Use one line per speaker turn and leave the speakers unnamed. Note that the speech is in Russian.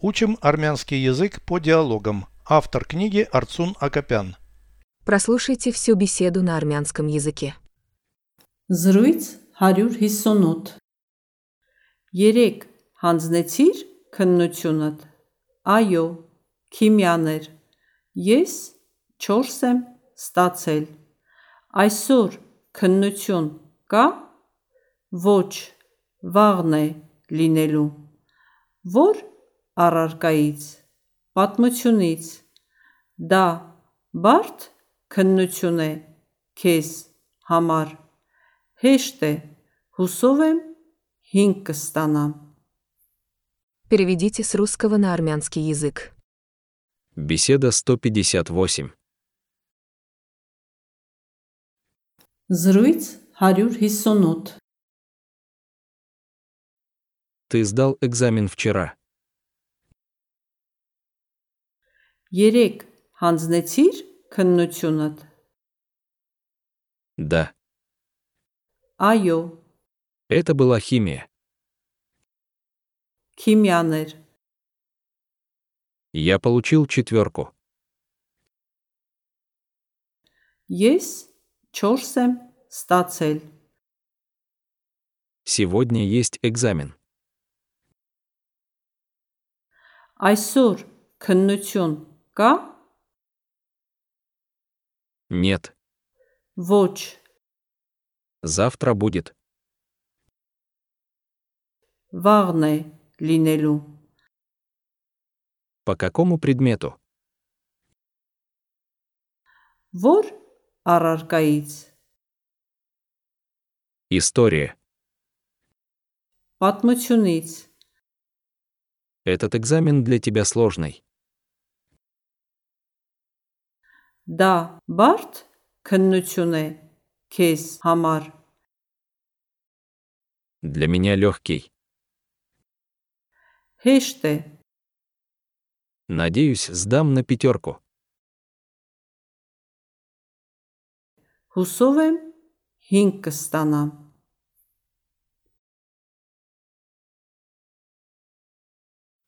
Учим армянский язык по диалогам. Автор книги Арцун Акопян.
Прослушайте всю беседу на армянском языке.
Զրույց 158 3. Հանձնեցիր քննությունդ։ Այո, քիմիաներ։ Ես 4 եմ ստացել։ Այսօր քննություն կա։ Ոչ, վաղն է լինելու։ Որ առարկայից, պատմությունից։ Դա բարդ քննություն է քեզ համար։ Հեշտ է։ Հուսով եմ 5 կստանամ։
Переведите с русского на армянский язык.
Беседа 158.
Զրույց 158
Ты сдал экзамен вчера.
3. Հանձնեցիր քննությունդ։
Да.
Այո,
Это была химия.
քիմիաներ։
Я получил четверку.
Ես 4 եմ ստացել։
Сегодня есть экзамен.
Այսօր քննություն կա։
Нет.
Ոչ,
Завтра будет.
վաղն է լինելու։
По какому предмету?
Որ առարկայից,
История.
պատմությունից։
Этот экзамен для тебя сложный.
Դա բարդ քննություն է քեզ համար։
Для меня легкий.
Հեշտ է։
Надеюсь, сдам на пятерку.
Հուսով եմ 5 կստանամ։